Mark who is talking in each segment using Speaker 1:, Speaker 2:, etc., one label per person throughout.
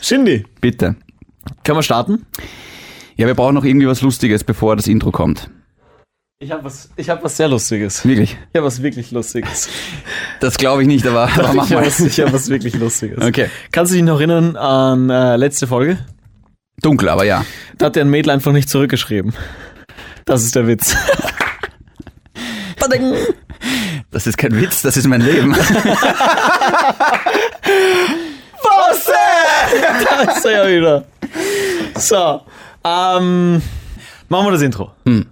Speaker 1: Shindy,
Speaker 2: Bitte.
Speaker 1: können wir starten?
Speaker 2: Ja, wir brauchen noch irgendwie was Lustiges, bevor das Intro kommt.
Speaker 1: Ich habe was, ich hab was sehr Lustiges.
Speaker 2: Wirklich.
Speaker 1: Ich habe was wirklich Lustiges.
Speaker 2: Das glaube ich nicht, aber, aber mach
Speaker 1: ich
Speaker 2: mal.
Speaker 1: hab was, ich hab was wirklich Lustiges.
Speaker 2: Okay.
Speaker 1: Kannst du dich noch erinnern an äh, letzte Folge?
Speaker 2: Dunkel, aber ja.
Speaker 1: Da hat der ein Mädel einfach nicht zurückgeschrieben. Das ist der Witz. Bading.
Speaker 2: Das ist kein Witz, das ist mein Leben.
Speaker 1: Bosse! Da ist er ja wieder. So, ähm, machen wir das Intro.
Speaker 2: Hm.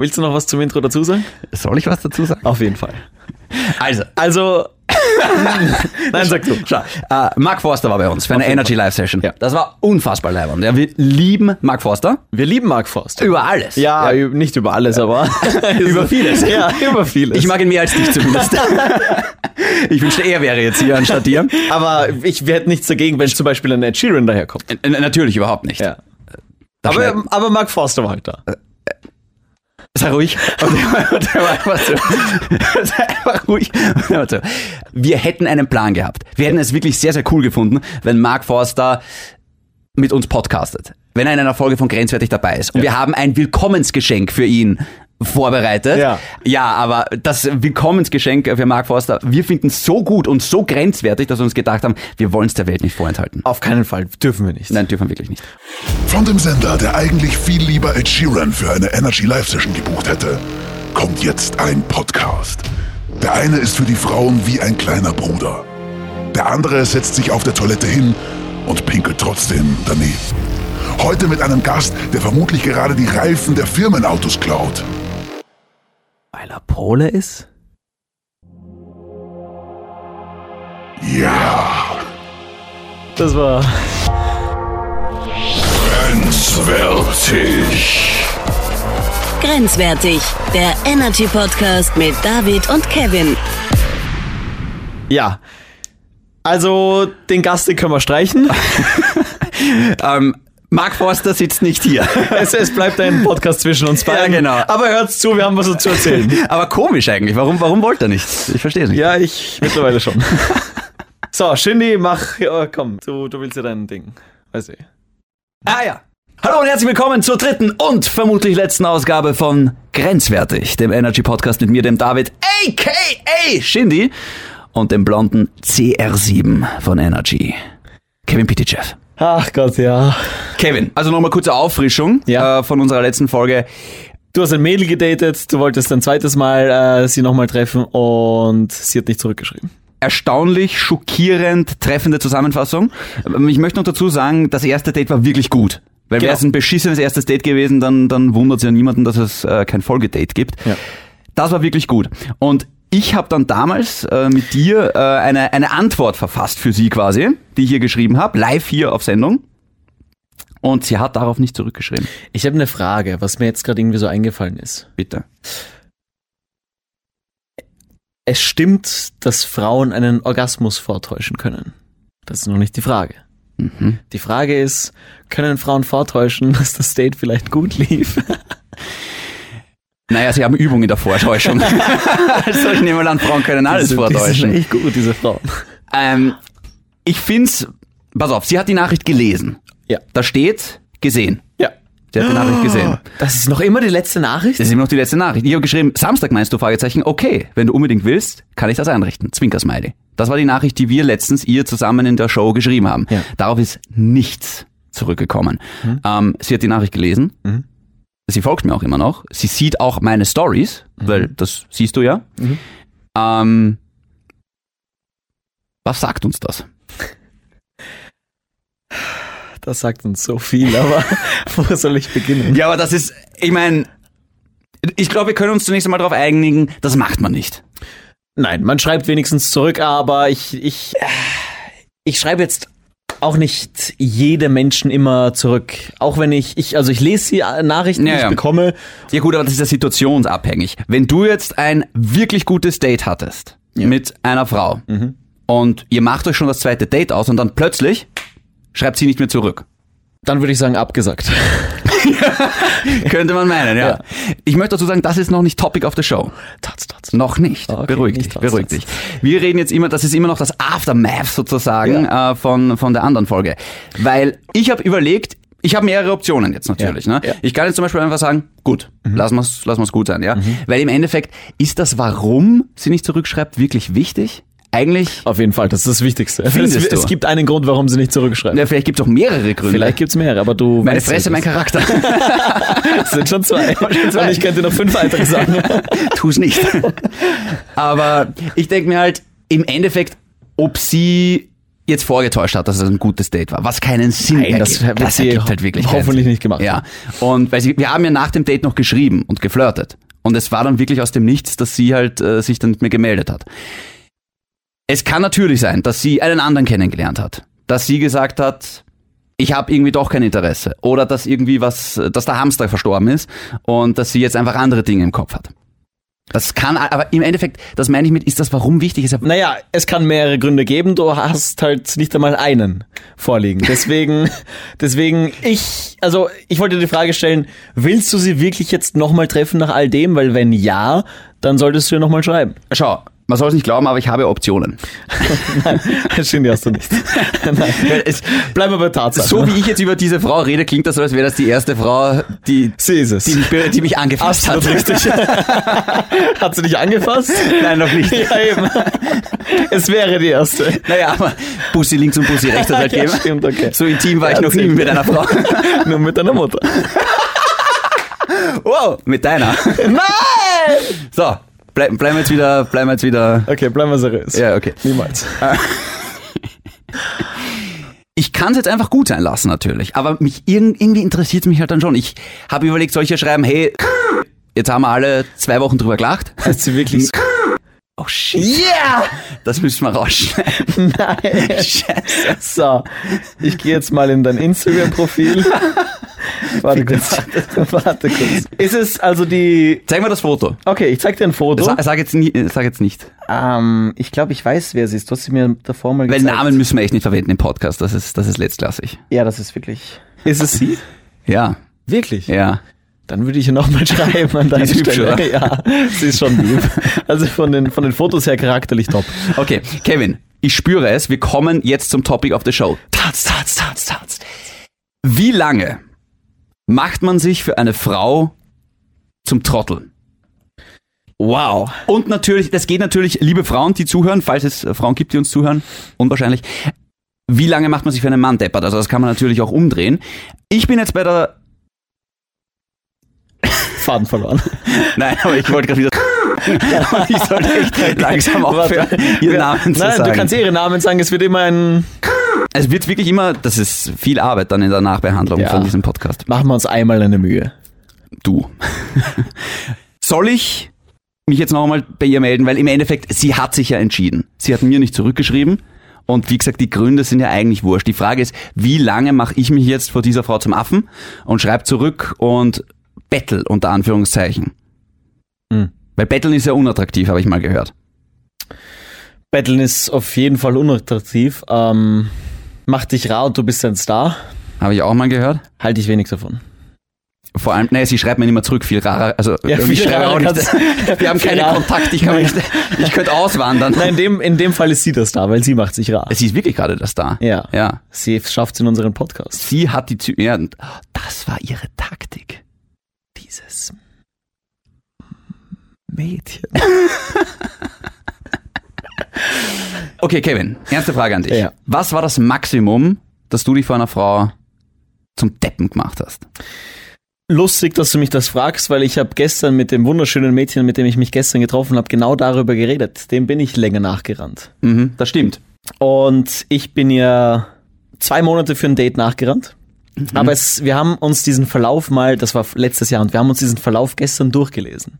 Speaker 1: Willst du noch was zum Intro dazu sagen?
Speaker 2: Soll ich was dazu sagen?
Speaker 1: Auf jeden Fall.
Speaker 2: Also,
Speaker 1: Also, nein, sag du.
Speaker 2: Schau, äh, Mark Forster war bei uns für eine Energy Live Session.
Speaker 1: Ja.
Speaker 2: Das war unfassbar leibend. Ja, wir lieben Mark Forster
Speaker 1: Wir lieben Mark Forster.
Speaker 2: über alles.
Speaker 1: Ja, ü- nicht über alles, aber
Speaker 2: Über vieles.
Speaker 1: Ja, über vieles.
Speaker 2: Ich mag ihn mehr als dich zumindest. ich wünschte, er wäre jetzt hier anstatt dir.
Speaker 1: aber ich hätte nichts dagegen, wenn zum Beispiel ein Ed Sheeran daherkommt.
Speaker 2: N- n- Natürlich überhaupt nicht.
Speaker 1: Ja.
Speaker 2: Da
Speaker 1: Aber,
Speaker 2: schneid-
Speaker 1: aber Mark Forster war halt da.
Speaker 2: sei ruhig. Und der war- der war einfach so- sei einfach ruhig. Und der war so, Wir hätten einen Plan gehabt. Wir hätten es wirklich sehr, sehr cool gefunden, wenn Mark Forster mit uns podcastet. Wenn er in einer Folge von Grenzwertig dabei ist. Und wir haben ein Willkommensgeschenk für ihn vorbereitet.
Speaker 1: Ja.
Speaker 2: ja, aber das Willkommensgeschenk für Mark Forster, wir finden es so gut und so grenzwertig, dass wir uns gedacht haben, wir wollen es der Welt nicht vorenthalten.
Speaker 1: Auf keinen Fall, dürfen wir nicht.
Speaker 2: Nein, dürfen wir wirklich nicht.
Speaker 3: Von dem Sender, der eigentlich viel lieber Ed Sheeran für eine Energy Live Session gebucht hätte, kommt jetzt ein Podcast. Der eine ist für die Frauen wie ein kleiner Bruder. Der andere setzt sich auf der Toilette hin und pinkelt trotzdem daneben. Heute mit einem Gast, der vermutlich gerade die Reifen der Firmenautos klaut.
Speaker 1: Weil er Pole ist?
Speaker 3: Ja,
Speaker 1: Das war.
Speaker 3: grenzwertig.
Speaker 4: Grenzwertig, der Energy Podcast mit David und Kevin.
Speaker 1: Ja. Also, den Gast, den können wir streichen.
Speaker 2: Ähm, Mark Forster sitzt nicht hier.
Speaker 1: Es, es bleibt ein Podcast zwischen uns beiden.
Speaker 2: Ja, genau.
Speaker 1: Aber hört's zu, wir haben was zu erzählen.
Speaker 2: Aber komisch eigentlich. Warum, warum wollte er nicht? Ich verstehe es nicht.
Speaker 1: Ja, ich mittlerweile schon. so, Shindy, mach, ja, komm, du, du willst ja dein Ding. Weiß ich.
Speaker 2: Ah ja. Hallo und herzlich willkommen zur dritten und vermutlich letzten Ausgabe von Grenzwertig, dem Energy Podcast mit mir, dem David, a.k.a. Shindy und dem blonden CR7 von Energy, Kevin Pitychev.
Speaker 1: Ach Gott, ja.
Speaker 2: Kevin, also nochmal kurze Auffrischung
Speaker 1: Ja.
Speaker 2: äh, von unserer letzten Folge.
Speaker 1: Du hast ein Mädel gedatet, du wolltest ein zweites Mal äh, sie nochmal treffen und sie hat nicht zurückgeschrieben.
Speaker 2: Erstaunlich, schockierend, treffende Zusammenfassung. Ähm, Ich möchte noch dazu sagen, das erste Date war wirklich gut. Weil
Speaker 1: Genau.
Speaker 2: wäre es ein beschissenes erstes Date gewesen, dann, dann wundert es ja niemanden, dass es äh, kein Folgedate gibt.
Speaker 1: Ja.
Speaker 2: Das war wirklich gut. Und ich habe dann damals äh, mit dir äh, eine, eine Antwort verfasst für sie quasi, die ich hier geschrieben habe, live hier auf Sendung. Und sie hat darauf nicht zurückgeschrieben.
Speaker 1: Ich habe eine Frage, was mir jetzt gerade irgendwie so eingefallen ist.
Speaker 2: Bitte.
Speaker 1: Es stimmt, dass Frauen einen Orgasmus vortäuschen können. Das ist noch nicht die Frage.
Speaker 2: Mhm.
Speaker 1: Die Frage ist, können Frauen vortäuschen, dass das Date vielleicht gut lief?
Speaker 2: Naja, sie haben Übung in der Vortäuschung. also ich nehme mal an, Frauen können alles
Speaker 1: Also, Die sind- Die sind
Speaker 2: vortäuschen.
Speaker 1: echt gut, diese Frauen.
Speaker 2: Ähm, ich find's, pass auf, sie hat die Nachricht gelesen.
Speaker 1: Ja.
Speaker 2: Da steht, gesehen.
Speaker 1: Ja.
Speaker 2: Sie hat die Nachricht gesehen.
Speaker 1: Das ist noch immer die letzte Nachricht?
Speaker 2: Das ist immer noch die letzte Nachricht. Ich habe geschrieben, Samstag meinst du? Fragezeichen. Okay, wenn du unbedingt willst, kann ich das einrichten. Zwinkersmiley. Das war die Nachricht, die wir letztens ihr zusammen in der Show geschrieben haben.
Speaker 1: Ja. Mhm.
Speaker 2: Darauf ist nichts zurückgekommen. Ähm, sie hat die Nachricht gelesen. Sie folgt mir auch immer noch. Sie sieht auch meine Stories,
Speaker 1: Mhm.
Speaker 2: weil das siehst du ja. Ähm, was sagt uns das?
Speaker 1: Das sagt uns so viel, aber wo soll ich beginnen?
Speaker 2: Ja, aber das ist, ich meine, ich glaube, wir können uns zunächst einmal darauf einigen, das macht man nicht.
Speaker 1: Nein, man schreibt wenigstens zurück, aber ich, ich, ich schreibe jetzt auch nicht jedem Menschen immer zurück. Auch wenn ich, ich also ich lese die Nachrichten, die
Speaker 2: Ja,
Speaker 1: ich
Speaker 2: ja.
Speaker 1: bekomme.
Speaker 2: Ja gut, aber das ist ja situationsabhängig. Wenn du jetzt ein wirklich gutes Date hattest mit einer Frau und ihr macht euch schon das zweite Date aus und dann plötzlich schreibt sie nicht mehr zurück.
Speaker 1: Dann würde ich sagen, abgesagt.
Speaker 2: Könnte man meinen, ja.
Speaker 1: Ja.
Speaker 2: Ich möchte dazu sagen, das ist noch nicht Topic of the Show.
Speaker 1: Tots, tots.
Speaker 2: Noch nicht.
Speaker 1: Okay,
Speaker 2: beruhig
Speaker 1: nicht
Speaker 2: dich,
Speaker 1: trotz-
Speaker 2: beruhig dich. Wir reden jetzt immer, das ist immer noch das Aftermath sozusagen äh, von, von der anderen Folge. Weil ich habe überlegt, ich habe mehrere Optionen jetzt natürlich.
Speaker 1: Ja,
Speaker 2: Ne?
Speaker 1: ja. Mhm.
Speaker 2: Ich kann jetzt zum Beispiel einfach sagen, gut, lassen wir es lassen wir's gut sein. ja. Weil im Endeffekt ist das, warum sie nicht zurückschreibt, wirklich wichtig? Eigentlich,
Speaker 1: Auf jeden Fall, das ist das Wichtigste.
Speaker 2: Findest
Speaker 1: es,
Speaker 2: du?
Speaker 1: es gibt einen Grund, warum sie nicht zurückschreiben.
Speaker 2: ja, vielleicht gibt es auch mehrere Gründe.
Speaker 1: Vielleicht gibt's mehrere, aber du.
Speaker 2: Meine
Speaker 1: weißt es.
Speaker 2: Fresse, mein Charakter.
Speaker 1: Es sind schon zwei.
Speaker 2: schon zwei.
Speaker 1: Und ich könnte noch fünf weitere sagen.
Speaker 2: Tu's nicht. Aber ich denke mir halt, im Endeffekt, ob sie jetzt vorgetäuscht hat, dass es ein gutes Date war, was keinen Sinn
Speaker 1: Nein, das
Speaker 2: ergibt. halt
Speaker 1: wird sie
Speaker 2: keinen
Speaker 1: hoffentlich
Speaker 2: Sinn.
Speaker 1: nicht gemacht
Speaker 2: Ja. Und weil sie, wir haben ja nach dem Date noch geschrieben und geflirtet. Und es war dann wirklich aus dem Nichts, dass sie halt äh, sich dann nicht mehr gemeldet hat. Es kann natürlich sein, dass sie einen anderen kennengelernt hat. Dass sie gesagt hat, ich habe irgendwie doch kein Interesse. Oder dass irgendwie was, dass der Hamster verstorben ist und dass sie jetzt einfach andere Dinge im Kopf hat. Das kann, aber im Endeffekt, das meine ich mit, ist das warum wichtig? Ist ja,
Speaker 1: Naja, es kann mehrere Gründe geben. Du hast halt nicht einmal einen vorliegen. Deswegen, deswegen, ich, also ich wollte dir die Frage stellen: Willst du sie wirklich jetzt nochmal treffen nach all dem? Weil wenn ja, dann solltest du ihr nochmal schreiben.
Speaker 2: schau, man soll es nicht glauben, aber ich habe Optionen.
Speaker 1: Das stimmt ja hast du nicht. Nein.
Speaker 2: Es,
Speaker 1: Bleib mal bei Tatsache.
Speaker 2: so wie ich jetzt über diese Frau rede, klingt das so, als wäre das die erste Frau, die,
Speaker 1: sie ist es.
Speaker 2: die, mich, die mich angefasst
Speaker 1: Absolut
Speaker 2: hat.
Speaker 1: richtig. Hat sie dich angefasst?
Speaker 2: Nein, noch nicht.
Speaker 1: Ja, eben. Es wäre die erste.
Speaker 2: Naja, aber Bussi links und Bussi rechts hat halt
Speaker 1: Ja,
Speaker 2: gegeben.
Speaker 1: stimmt, okay.
Speaker 2: So intim war
Speaker 1: Ja,
Speaker 2: ich noch nie
Speaker 1: stimmt.
Speaker 2: mit einer Frau.
Speaker 1: Nur mit deiner Mutter.
Speaker 2: Wow, mit deiner.
Speaker 1: Nein!
Speaker 2: So, bleib, bleiben wir jetzt wieder, bleiben wir jetzt wieder.
Speaker 1: Okay, bleiben wir seriös.
Speaker 2: Ja, okay.
Speaker 1: Niemals.
Speaker 2: Ich kann es jetzt einfach gut sein lassen natürlich, aber mich irg irgendwie interessiert mich halt dann schon. Ich habe überlegt, soll ich hier schreiben, hey, jetzt haben wir alle zwei Wochen drüber gelacht.
Speaker 1: Hat sie wirklich so
Speaker 2: Oh shit. Yeah! Das müssen wir rausschneiden.
Speaker 1: Nein.
Speaker 2: Scheiße.
Speaker 1: So, ich gehe jetzt mal in dein Instagram-Profil. Warte kurz. Warte kurz. Ist es also die.
Speaker 2: Zeig mal das Foto.
Speaker 1: Okay, ich zeig dir ein Foto.
Speaker 2: Sag, sag, jetzt, nie, äh, sag jetzt nicht.
Speaker 1: Ähm, ich glaube, ich weiß, wer sie ist. Du hast sie mir davor mal
Speaker 2: Weil
Speaker 1: gezeigt.
Speaker 2: Namen müssen wir echt nicht verwenden im Podcast. Das ist, das ist letztklassig.
Speaker 1: Ja, das ist wirklich. Ist es sie?
Speaker 2: Ja,
Speaker 1: Wirklich?
Speaker 2: ja.
Speaker 1: Dann würde ich ihr nochmal schreiben an deiner
Speaker 2: ist hübsch,
Speaker 1: Stelle.
Speaker 2: oder?
Speaker 1: Ja, sie ist schon lieb. Also von den, von den Fotos her charakterlich top.
Speaker 2: Okay, Kevin, ich spüre es. Wir kommen jetzt zum Topic of the Show. Taz, taz, taz, taz. Wie lange macht man sich für eine Frau zum Trottel?
Speaker 1: Wow.
Speaker 2: Und natürlich, das geht natürlich, liebe Frauen, die zuhören, falls es äh, Frauen gibt, die uns zuhören, unwahrscheinlich. Wie lange macht man sich für einen Mann deppert? Also das kann man natürlich auch umdrehen. Ich bin jetzt bei der
Speaker 1: Faden verloren.
Speaker 2: Nein, aber ich wollte gerade wieder. ich sollte echt langsam aufhören,
Speaker 1: Warte.
Speaker 2: ihren
Speaker 1: Ja.
Speaker 2: Namen zu
Speaker 1: Nein,
Speaker 2: sagen.
Speaker 1: du kannst ihre Namen sagen. Es wird immer ein.
Speaker 2: es wird wirklich immer, das ist viel Arbeit dann in der Nachbehandlung
Speaker 1: Ja.
Speaker 2: von diesem Podcast.
Speaker 1: Machen wir uns einmal eine Mühe.
Speaker 2: Du. Soll ich mich jetzt noch einmal bei ihr melden? Weil im Endeffekt, sie hat sich ja entschieden. Sie hat mir nicht zurückgeschrieben. Und wie gesagt, die Gründe sind ja eigentlich wurscht. Die Frage ist, wie lange mache ich mich jetzt vor dieser Frau zum Affen und schreibe zurück und bettel unter Anführungszeichen?
Speaker 1: Mhm.
Speaker 2: Weil betteln ist ja unattraktiv, habe ich mal gehört.
Speaker 1: Battlen ist auf jeden Fall unattraktiv. Ähm, mach dich rar und du bist ein Star.
Speaker 2: Habe ich auch mal gehört.
Speaker 1: Halte ich wenig davon.
Speaker 2: Vor allem, nee, sie schreibt mir nicht mehr zurück, viel rarer. Also irgendwie
Speaker 1: viel
Speaker 2: schreibe ich auch
Speaker 1: rarer
Speaker 2: nicht.
Speaker 1: kannst-
Speaker 2: Wir haben
Speaker 1: viel
Speaker 2: keine
Speaker 1: rarer.
Speaker 2: Kontakt, ich, kann
Speaker 1: Nein.
Speaker 2: nicht, ich könnte auswandern.
Speaker 1: genau. Nein, in dem, in dem Fall ist sie das da, weil sie macht sich rar.
Speaker 2: Sie ist wirklich gerade das da.
Speaker 1: Ja.
Speaker 2: ja.
Speaker 1: Sie schafft es in unseren Podcast.
Speaker 2: Sie hat die Zü ja, und oh, Das war ihre Taktik.
Speaker 1: Dieses Mädchen.
Speaker 2: Okay, Kevin, erste Frage an dich.
Speaker 1: Ja.
Speaker 2: Was war das Maximum, dass du dich vor einer Frau zum Deppen gemacht hast?
Speaker 1: Lustig, dass du mich das fragst, weil ich habe gestern mit dem wunderschönen Mädchen, mit dem ich mich gestern getroffen habe, genau darüber geredet. Dem bin ich länger nachgerannt.
Speaker 2: Mhm, das stimmt.
Speaker 1: Und ich bin ja zwei Monate für ein Date nachgerannt. Aber es, wir haben uns diesen Verlauf mal, das war letztes Jahr, und wir haben uns diesen Verlauf gestern durchgelesen.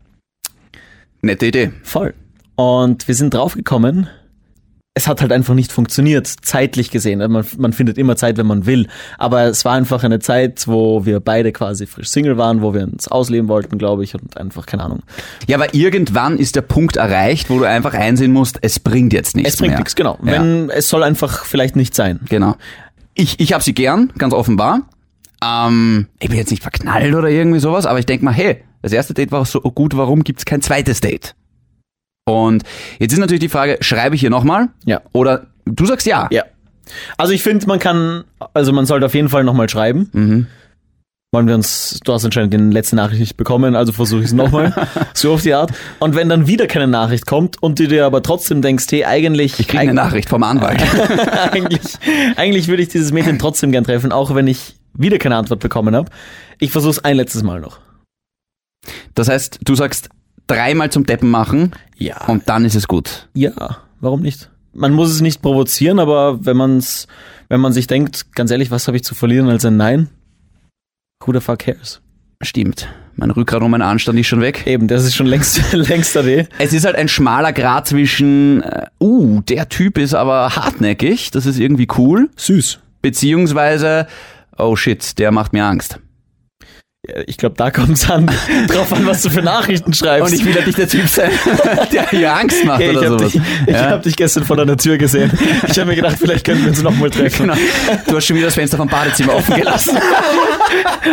Speaker 2: Nette Idee.
Speaker 1: Voll. Und wir sind draufgekommen. Es hat halt einfach nicht funktioniert, zeitlich gesehen. Man, man findet immer Zeit, wenn man will. Aber es war einfach eine Zeit, wo wir beide quasi frisch Single waren, wo wir uns ausleben wollten, glaube ich, und einfach, keine Ahnung.
Speaker 2: Ja, aber irgendwann ist der Punkt erreicht, wo du einfach einsehen musst, es bringt jetzt nichts
Speaker 1: Es bringt
Speaker 2: mehr.
Speaker 1: nichts, genau.
Speaker 2: Ja.
Speaker 1: Wenn, es soll einfach vielleicht nicht sein.
Speaker 2: Genau. Ich, ich habe sie gern, ganz offenbar. Ähm, ich bin jetzt nicht verknallt oder irgendwie sowas, aber ich denke mal, hey, das erste Date war so gut, warum gibt's kein zweites Date? Und jetzt ist natürlich die Frage, schreibe ich hier nochmal?
Speaker 1: Ja.
Speaker 2: Oder du sagst ja.
Speaker 1: Ja. Also ich finde, man kann, also man sollte auf jeden Fall nochmal schreiben.
Speaker 2: Mhm.
Speaker 1: Wollen wir uns, du hast anscheinend den letzten Nachricht nicht bekommen, also versuche ich es nochmal. so auf die Art. Und wenn dann wieder keine Nachricht kommt und du dir aber trotzdem denkst, hey, eigentlich.
Speaker 2: Ich kriege eine
Speaker 1: eig-
Speaker 2: Nachricht vom Anwalt.
Speaker 1: eigentlich, eigentlich würde ich dieses Mädchen trotzdem gern treffen, auch wenn ich wieder keine Antwort bekommen habe. Ich versuche es ein letztes Mal noch.
Speaker 2: Das heißt, du sagst dreimal zum Deppen machen
Speaker 1: Ja.
Speaker 2: und dann ist es gut.
Speaker 1: Ja, warum nicht? Man muss es nicht provozieren, aber wenn man's, wenn man sich denkt, ganz ehrlich, was habe ich zu verlieren als ein Nein? Who the fuck cares?
Speaker 2: Stimmt. Mein Rückgrat und mein Anstand ist schon weg.
Speaker 1: Eben, das ist schon längst, längst der Weg.
Speaker 2: Es ist halt ein schmaler Grat zwischen, äh, uh, der Typ ist aber hartnäckig, das ist irgendwie cool,
Speaker 1: Süß.
Speaker 2: beziehungsweise, oh shit, der macht mir Angst.
Speaker 1: Ja, Ich glaube, da kommt's an, drauf an, was du für Nachrichten schreibst.
Speaker 2: Und ich will halt nicht der Typ sein, der hier Angst macht
Speaker 1: Hey, ich
Speaker 2: oder
Speaker 1: habe
Speaker 2: sowas.
Speaker 1: dich, ich hab dich gestern vor deiner Tür gesehen. Ich habe mir gedacht, vielleicht könnten wir uns nochmal treffen.
Speaker 2: Genau. Du hast schon wieder das Fenster vom Badezimmer offen gelassen.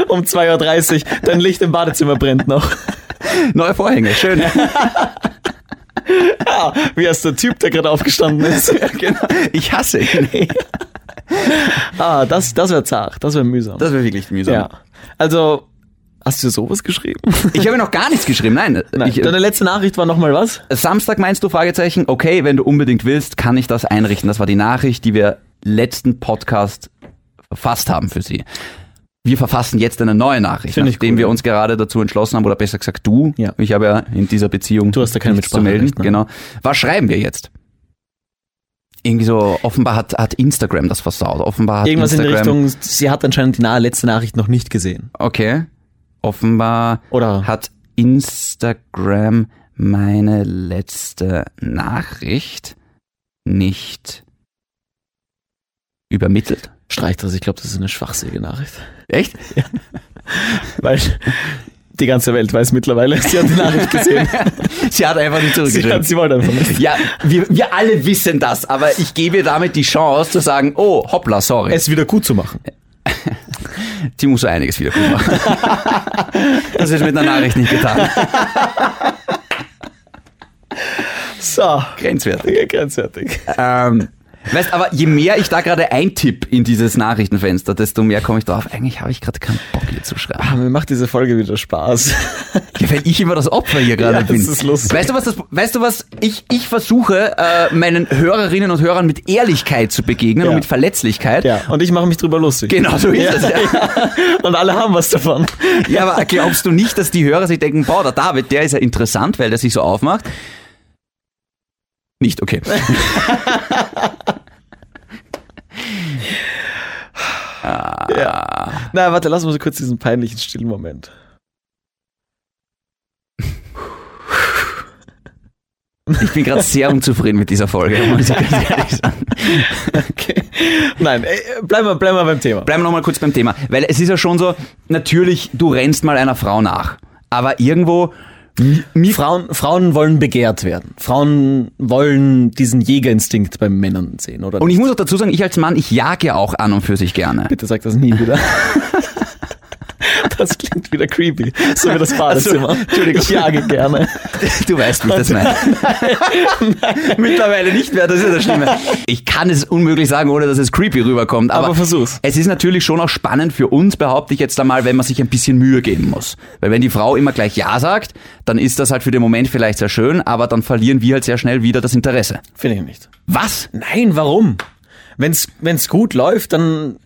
Speaker 1: Um 2.30 Uhr, dein Licht im Badezimmer brennt noch.
Speaker 2: Neue Vorhänge, schön.
Speaker 1: Ja, wie heißt der Typ, der gerade aufgestanden ist?
Speaker 2: Ich hasse ihn.
Speaker 1: Ah, das, das wäre zart, das wäre mühsam.
Speaker 2: Das wäre wirklich mühsam.
Speaker 1: ja. Also, hast du sowas geschrieben?
Speaker 2: Ich äh, habe noch gar nichts geschrieben, nein.
Speaker 1: Nein.
Speaker 2: Ich,
Speaker 1: Deine letzte Nachricht war nochmal was?
Speaker 2: Samstag meinst du, Fragezeichen, okay, wenn du unbedingt willst, kann ich das einrichten. Das war die Nachricht, die wir letzten Podcast verfasst haben für sie. Wir verfassen jetzt eine neue Nachricht,
Speaker 1: Finde ich
Speaker 2: nachdem
Speaker 1: cool.
Speaker 2: wir uns gerade dazu entschlossen haben, oder besser gesagt du.
Speaker 1: Ja.
Speaker 2: Ich habe ja in dieser Beziehung
Speaker 1: Du hast da keine
Speaker 2: nichts zu melden.
Speaker 1: Mitspracherecht, ne?
Speaker 2: Genau. Was schreiben wir jetzt? Irgendwie so, offenbar hat, hat Instagram das versaut. Offenbar hat
Speaker 1: Irgendwas in
Speaker 2: Instagram,
Speaker 1: der Richtung, sie hat anscheinend die nahe letzte Nachricht noch nicht gesehen.
Speaker 2: Okay. Offenbar
Speaker 1: Oder?
Speaker 2: hat Instagram meine letzte Nachricht nicht übermittelt.
Speaker 1: Streich das, ich glaube, das ist eine schwachsinnige Nachricht.
Speaker 2: Echt?
Speaker 1: Weil die ganze Welt weiß mittlerweile, sie hat die Nachricht gesehen.
Speaker 2: Sie hat einfach nicht
Speaker 1: sie, hat,
Speaker 2: zurückgeschrieben.
Speaker 1: sie wollte einfach nicht.
Speaker 2: Ja, wir, wir alle wissen das, aber ich gebe ihr damit die Chance zu sagen, oh, hoppla, sorry.
Speaker 1: Es wieder gut zu machen.
Speaker 2: die muss so einiges wieder gut machen. das ist mit einer Nachricht nicht getan.
Speaker 1: So.
Speaker 2: Grenzwertig.
Speaker 1: Grenzwertig.
Speaker 2: Ähm, weißt, aber je mehr ich da gerade eintipp in dieses Nachrichtenfenster, desto mehr komme ich drauf. Eigentlich habe ich gerade keinen Bock hier zu schreiben.
Speaker 1: Ah, mir macht diese Folge wieder Spaß.
Speaker 2: Ja, weil ich immer das Opfer hier gerade
Speaker 1: Ja, das
Speaker 2: bin.
Speaker 1: ist lustig.
Speaker 2: Weißt du was? Das, weißt du was? Ich, ich versuche äh, meinen Hörerinnen und Hörern mit Ehrlichkeit zu begegnen
Speaker 1: Ja.
Speaker 2: und mit Verletzlichkeit.
Speaker 1: Ja, und ich mache mich drüber lustig.
Speaker 2: Genau so ist
Speaker 1: Ja.
Speaker 2: es. Ja.
Speaker 1: Und alle haben was davon.
Speaker 2: ja, aber glaubst du nicht, dass die Hörer sich denken, boah, der David, der ist ja interessant, weil der sich so aufmacht? Nicht, okay.
Speaker 1: Ja. Na, warte, lass mal so kurz diesen peinlichen stillen Moment.
Speaker 2: Ich bin gerade sehr unzufrieden mit dieser Folge, muss ich ganz ehrlich sagen.
Speaker 1: Okay. Nein, ey, bleiben wir, bleiben wir beim Thema.
Speaker 2: Bleiben wir nochmal kurz beim Thema. Weil es ist ja schon so, natürlich, du rennst mal einer Frau nach. Aber irgendwo,
Speaker 1: Frauen, Frauen wollen begehrt werden. Frauen wollen diesen Jägerinstinkt bei Männern sehen, oder?
Speaker 2: Und ich
Speaker 1: nicht?
Speaker 2: muss auch dazu sagen, ich als Mann, ich jage ja auch an und für sich gerne.
Speaker 1: bitte sag das nie wieder. Das klingt wieder creepy. So wie das Badezimmer.
Speaker 2: Ach so, Entschuldigung.
Speaker 1: Ich jage gerne.
Speaker 2: Du weißt, wie ich das meine. Mittlerweile nicht mehr, das ist das Schlimme. Ich kann es unmöglich sagen, ohne dass es creepy rüberkommt. Aber,
Speaker 1: Aber versuch's.
Speaker 2: Es ist natürlich schon auch spannend für uns, behaupte ich jetzt einmal, wenn man sich ein bisschen Mühe geben muss. Weil wenn die Frau immer gleich Ja sagt, dann ist das halt für den Moment vielleicht sehr schön, aber dann verlieren wir halt sehr schnell wieder das Interesse.
Speaker 1: Finde ich nicht.
Speaker 2: Was?
Speaker 1: Nein, warum? Wenn's, wenn's gut läuft, dann,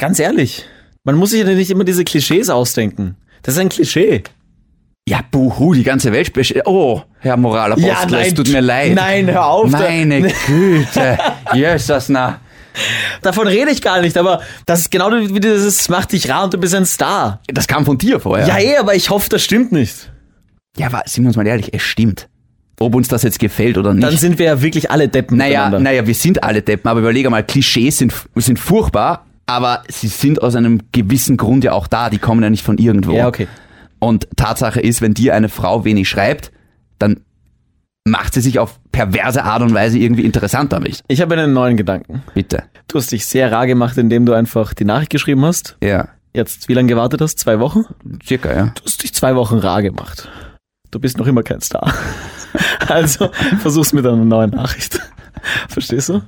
Speaker 1: ganz ehrlich, man muss sich ja nicht immer diese Klischees ausdenken. Das ist ein Klischee.
Speaker 2: Ja, buhu, die ganze Welt spricht. Oh, Herr Moralapostel, es tut mir leid.
Speaker 1: Nein, hör auf. da-
Speaker 2: Meine Güte. Jesus, na.
Speaker 1: Davon rede ich gar nicht, aber das ist genau wie dieses, mach dich rar und du bist ein Star.
Speaker 2: Das kam von dir vorher.
Speaker 1: Ja, eh, aber ich hoffe, das stimmt nicht.
Speaker 2: Ja, aber sind wir uns mal ehrlich, es stimmt. Ob uns das jetzt gefällt oder nicht.
Speaker 1: Dann sind wir ja wirklich alle Deppen
Speaker 2: naja,
Speaker 1: miteinander.
Speaker 2: naja, wir sind alle Deppen, aber überlege mal, Klischees sind, sind furchtbar, aber sie sind aus einem gewissen Grund ja auch da, die kommen ja nicht von irgendwo.
Speaker 1: Ja, okay.
Speaker 2: Und Tatsache ist, wenn dir eine Frau wenig schreibt, dann macht sie sich auf perverse Art und Weise irgendwie interessant damit.
Speaker 1: Ich habe einen neuen Gedanken.
Speaker 2: Bitte.
Speaker 1: Du hast dich sehr rar gemacht, indem du einfach die Nachricht geschrieben hast.
Speaker 2: Ja.
Speaker 1: jetzt wie lange gewartet hast? Zwei Wochen?
Speaker 2: Circa, ja.
Speaker 1: Du hast dich zwei Wochen rar gemacht. Du bist noch immer kein Star. Also versuch's mit einer neuen Nachricht. Verstehst du?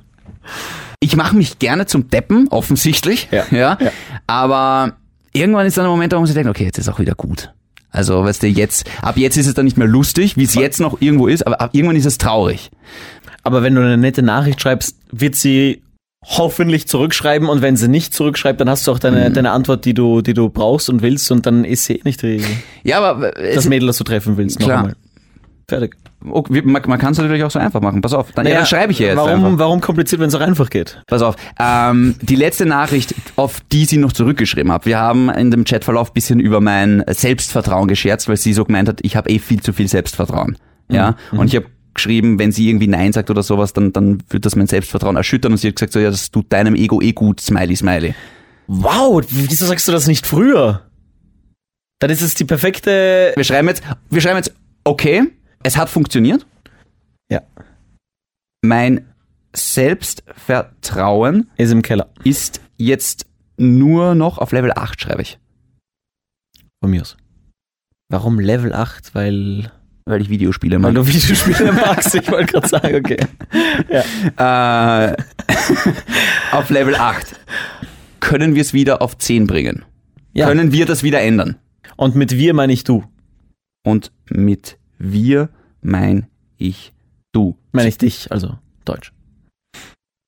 Speaker 2: Ich mache mich gerne zum Deppen, offensichtlich.
Speaker 1: Ja,
Speaker 2: ja.
Speaker 1: ja.
Speaker 2: Aber irgendwann ist dann der Moment, da muss ich denken, okay, jetzt ist auch wieder gut. Also, weißt du, jetzt, ab jetzt ist es dann nicht mehr lustig, wie es jetzt noch irgendwo ist, aber ab irgendwann ist es traurig.
Speaker 1: Aber wenn du eine nette Nachricht schreibst, wird sie hoffentlich zurückschreiben und wenn sie nicht zurückschreibt, dann hast du auch
Speaker 2: Mhm.
Speaker 1: deine, deine Antwort, die du, die du brauchst und willst und dann ist sie eh nicht die,
Speaker 2: Ja, aber äh,
Speaker 1: das
Speaker 2: es,
Speaker 1: Mädel, das du treffen willst. Noch
Speaker 2: Klar.
Speaker 1: einmal. Fertig.
Speaker 2: okay, man, man kann es natürlich auch so einfach machen. Pass auf, dann, ja, dann schreibe ich ihr jetzt einfach.
Speaker 1: warum, warum kompliziert, wenn es auch einfach geht?
Speaker 2: Pass auf. Ähm, die letzte Nachricht, auf die sie noch zurückgeschrieben hat. Wir haben in dem Chatverlauf ein bisschen über mein Selbstvertrauen gescherzt, weil sie so gemeint hat, ich habe eh viel zu viel Selbstvertrauen. Ja. Und ich habe geschrieben, wenn sie irgendwie Nein sagt oder sowas, dann, dann wird das mein Selbstvertrauen erschüttern. Und sie hat gesagt, so, ja, das tut deinem Ego eh gut, Smiley, Smiley.
Speaker 1: Wow, wieso sagst du das nicht früher? Dann ist es die perfekte.
Speaker 2: Wir schreiben jetzt, wir schreiben jetzt, okay, es hat funktioniert.
Speaker 1: Ja,
Speaker 2: Mein Selbstvertrauen
Speaker 1: ist im Keller.
Speaker 2: ist jetzt nur noch auf Level 8, schreibe ich.
Speaker 1: Von mir aus. Warum Level 8? Weil,
Speaker 2: Weil ich Videospiele
Speaker 1: weil
Speaker 2: mache.
Speaker 1: du Videospiele magst, ich wollte gerade sagen, okay.
Speaker 2: äh, auf Level 8. Können wir es wieder auf 10 bringen?
Speaker 1: Ja.
Speaker 2: Können wir das wieder ändern?
Speaker 1: Und mit wir meine ich du.
Speaker 2: Und mit wir mein ich du.
Speaker 1: Meine ich dich, also Deutsch.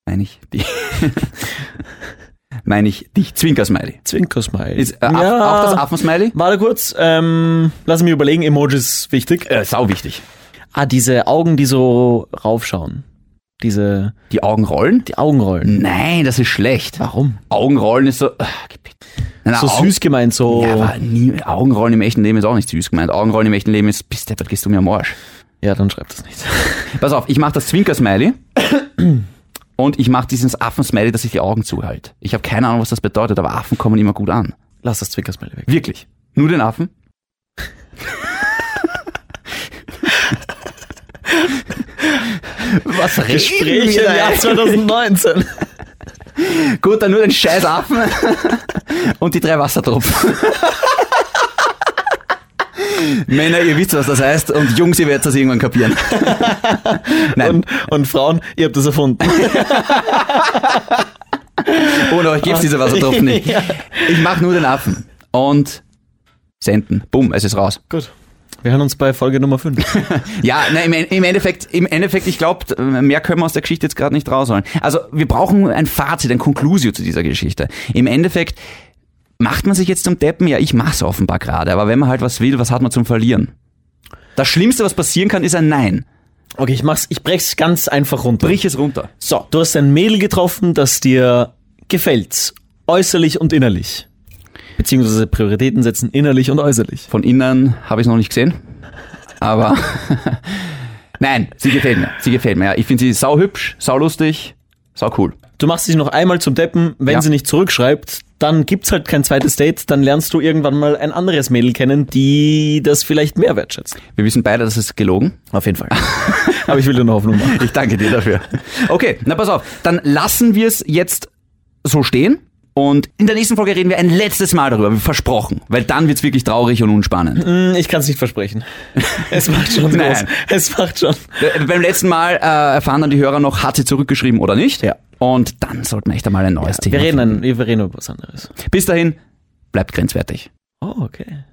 Speaker 2: Meine ich dich. meine ich dich. Zwinkersmiley.
Speaker 1: Zwinkersmiley.
Speaker 2: Ist äh, Aff- auch das Affensmiley?
Speaker 1: Warte kurz, ähm, lass mich überlegen, Emojis wichtig.
Speaker 2: Äh, sau wichtig.
Speaker 1: Ah, diese Augen, die so raufschauen. Diese,
Speaker 2: Die Augen rollen?
Speaker 1: die Augenrollen.
Speaker 2: Nein, das ist schlecht.
Speaker 1: Warum?
Speaker 2: Augenrollen ist so. Äh, gib bitte. Na,
Speaker 1: So
Speaker 2: Augen-
Speaker 1: süß Oh. gemeint, so.
Speaker 2: Ja, aber nie, Augenrollen im echten Leben ist auch nicht süß gemeint. Augenrollen im echten Leben ist, bist du, gehst du mir am Arsch.
Speaker 1: ja dann schreib das nicht.
Speaker 2: Pass auf, ich mache das Zwinker-Smiley und ich mache dieses Affen-Smiley, dass ich die Augen zuhalte. Ich habe keine Ahnung, was das bedeutet, aber Affen kommen immer gut an.
Speaker 1: Lass das Zwinkersmiley weg.
Speaker 2: Wirklich. Nur den Affen? was reden
Speaker 1: Gespräche
Speaker 2: wir
Speaker 1: im
Speaker 2: da
Speaker 1: Jahr
Speaker 2: eigentlich?
Speaker 1: 2019.
Speaker 2: Gut, dann nur den scheiß Affen und die drei Wassertropfen. Männer, ihr wisst, was das heißt und Jungs, ihr werdet das irgendwann kapieren. Nein,
Speaker 1: Und, und Frauen, ihr habt das erfunden.
Speaker 2: Ohne euch gibt's diese Wassertropfen nicht.
Speaker 1: Ja.
Speaker 2: Ich mache nur den Affen und senden. Bumm, es ist raus.
Speaker 1: Gut. Wir hören uns bei Folge Nummer 5.
Speaker 2: Ja, na, im, im Endeffekt, im Endeffekt, ich glaube, mehr können wir aus der Geschichte jetzt gerade nicht rausholen. Also wir brauchen ein Fazit, ein Conclusio zu dieser Geschichte. Im Endeffekt macht man sich jetzt zum Deppen. Ja, ich mach's offenbar gerade. Aber wenn man halt was will, was hat man zum Verlieren? Das Schlimmste, was passieren kann, ist ein Nein.
Speaker 1: Okay, ich mach's, ich brech's ganz einfach runter.
Speaker 2: Brich es runter.
Speaker 1: So, du hast ein Mädel getroffen, das dir gefällt, äußerlich und innerlich. Beziehungsweise Prioritäten setzen, innerlich und äußerlich.
Speaker 2: Von innen habe ich es noch nicht gesehen. Aber nein, sie gefällt mir. Sie gefällt mir. Ja, ich finde sie sau hübsch, sau lustig, sau cool.
Speaker 1: Du machst dich noch einmal zum Deppen, wenn
Speaker 2: Ja.
Speaker 1: sie nicht zurückschreibt, dann gibt's halt kein zweites Date, dann lernst du irgendwann mal ein anderes Mädel kennen, die das vielleicht mehr wertschätzt.
Speaker 2: Wir wissen beide, das ist gelogen.
Speaker 1: Auf jeden Fall. Aber ich will dir eine Hoffnung machen.
Speaker 2: Ich danke dir dafür. Okay, na pass auf. Dann lassen wir es jetzt so stehen. Und in der nächsten Folge reden wir ein letztes Mal darüber, wie versprochen. Weil dann wird's wirklich traurig und unspannend.
Speaker 1: Hm, Ich kann's nicht versprechen. Es macht schon groß.
Speaker 2: Nein.
Speaker 1: Es macht schon.
Speaker 2: Äh, Beim letzten Mal äh, erfahren dann die Hörer noch, hat sie zurückgeschrieben oder nicht.
Speaker 1: Ja.
Speaker 2: Und dann sollten wir echt einmal ein neues Thema
Speaker 1: Wir reden,
Speaker 2: finden.
Speaker 1: ein, wir reden über was anderes.
Speaker 2: Bis dahin, bleibt grenzwertig.
Speaker 1: Oh, okay.